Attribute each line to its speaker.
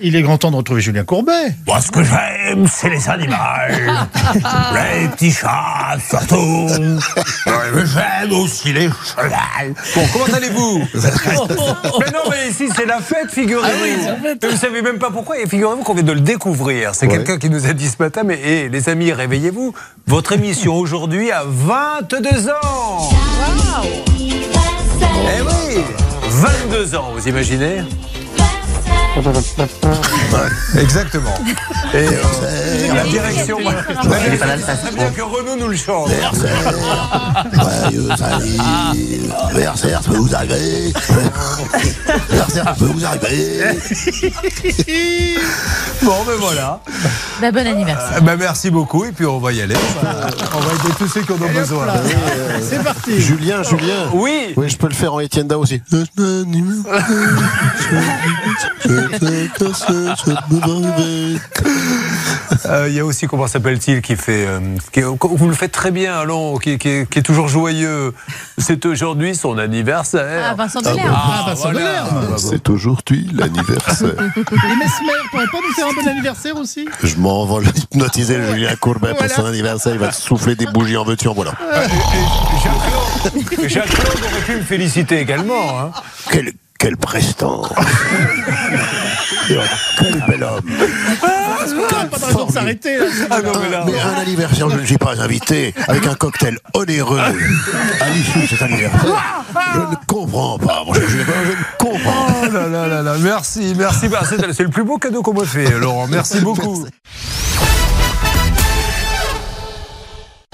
Speaker 1: Il est grand temps de retrouver Julien Courbet.
Speaker 2: Moi, ce que j'aime, c'est les animaux. les petits chats, surtout. Mais J'aime aussi les chevals.
Speaker 3: Bon, comment allez-vous Oh,
Speaker 2: Mais non, mais ici, c'est la fête, figurez-vous.
Speaker 3: Ah
Speaker 2: Mais vous savez même pas pourquoi. Et figurez-vous qu'on vient de le découvrir. C'est
Speaker 3: Ouais.
Speaker 2: quelqu'un qui nous a dit ce matin, mais hé, les amis, réveillez-vous. Votre émission aujourd'hui a 22 ans. Eh oui 22 ans, vous imaginez
Speaker 3: Exactement.
Speaker 2: Et euh, la direction. Ça veut dire que Renaud nous le chante.
Speaker 4: Versailles peut vous arriver. Versailles peut vous arriver.
Speaker 3: Bon, ben voilà.
Speaker 5: Bah, bon anniversaire.
Speaker 3: Eh Ben, merci beaucoup. Et puis, on va y aller. On va- On va aider tous ceux qui en ont besoin.
Speaker 1: C'est parti.
Speaker 4: Julien, Julien.
Speaker 2: Oui
Speaker 4: Oui, je peux le faire en Étienne Dao aussi.
Speaker 2: Euh, Il y a aussi, comment s'appelle-t-il, qui fait. euh, qui- vous le faites très bien, allons, qui, qui- qui est toujours joyeux. C'est aujourd'hui son anniversaire.
Speaker 5: Ah, Vincent Delerme.
Speaker 1: Ah, Vincent
Speaker 2: voilà.
Speaker 1: Delerme.
Speaker 4: C'est aujourd'hui l'anniversaire.
Speaker 1: Et Mesmer, pourrait pas nous faire un bon anniversaire aussi
Speaker 4: Je m'en vais l'hypnotiser, Julien Courbet, pour son anniversaire. Il va te souffler des bougies en veux-tu, en voilà.
Speaker 2: Jacques-Claude Jacques-Claude aurait pu me féliciter également. hein.
Speaker 4: Quel, quel prestance Et, oh, Quel bel homme
Speaker 1: Ah, Pas de raison de s'arrêter. là.
Speaker 2: Ah non, mais là.
Speaker 4: Mais un anniversaire, je ne suis pas invité, avec un cocktail onéreux à l'issue de cet anniversaire. Je ne comprends pas, mon cher Julien, je ne comprends pas.
Speaker 2: Oh là là là là, merci, merci. Bah, c'est c'est le plus beau cadeau qu'on m'a fait, Laurent. Merci beaucoup.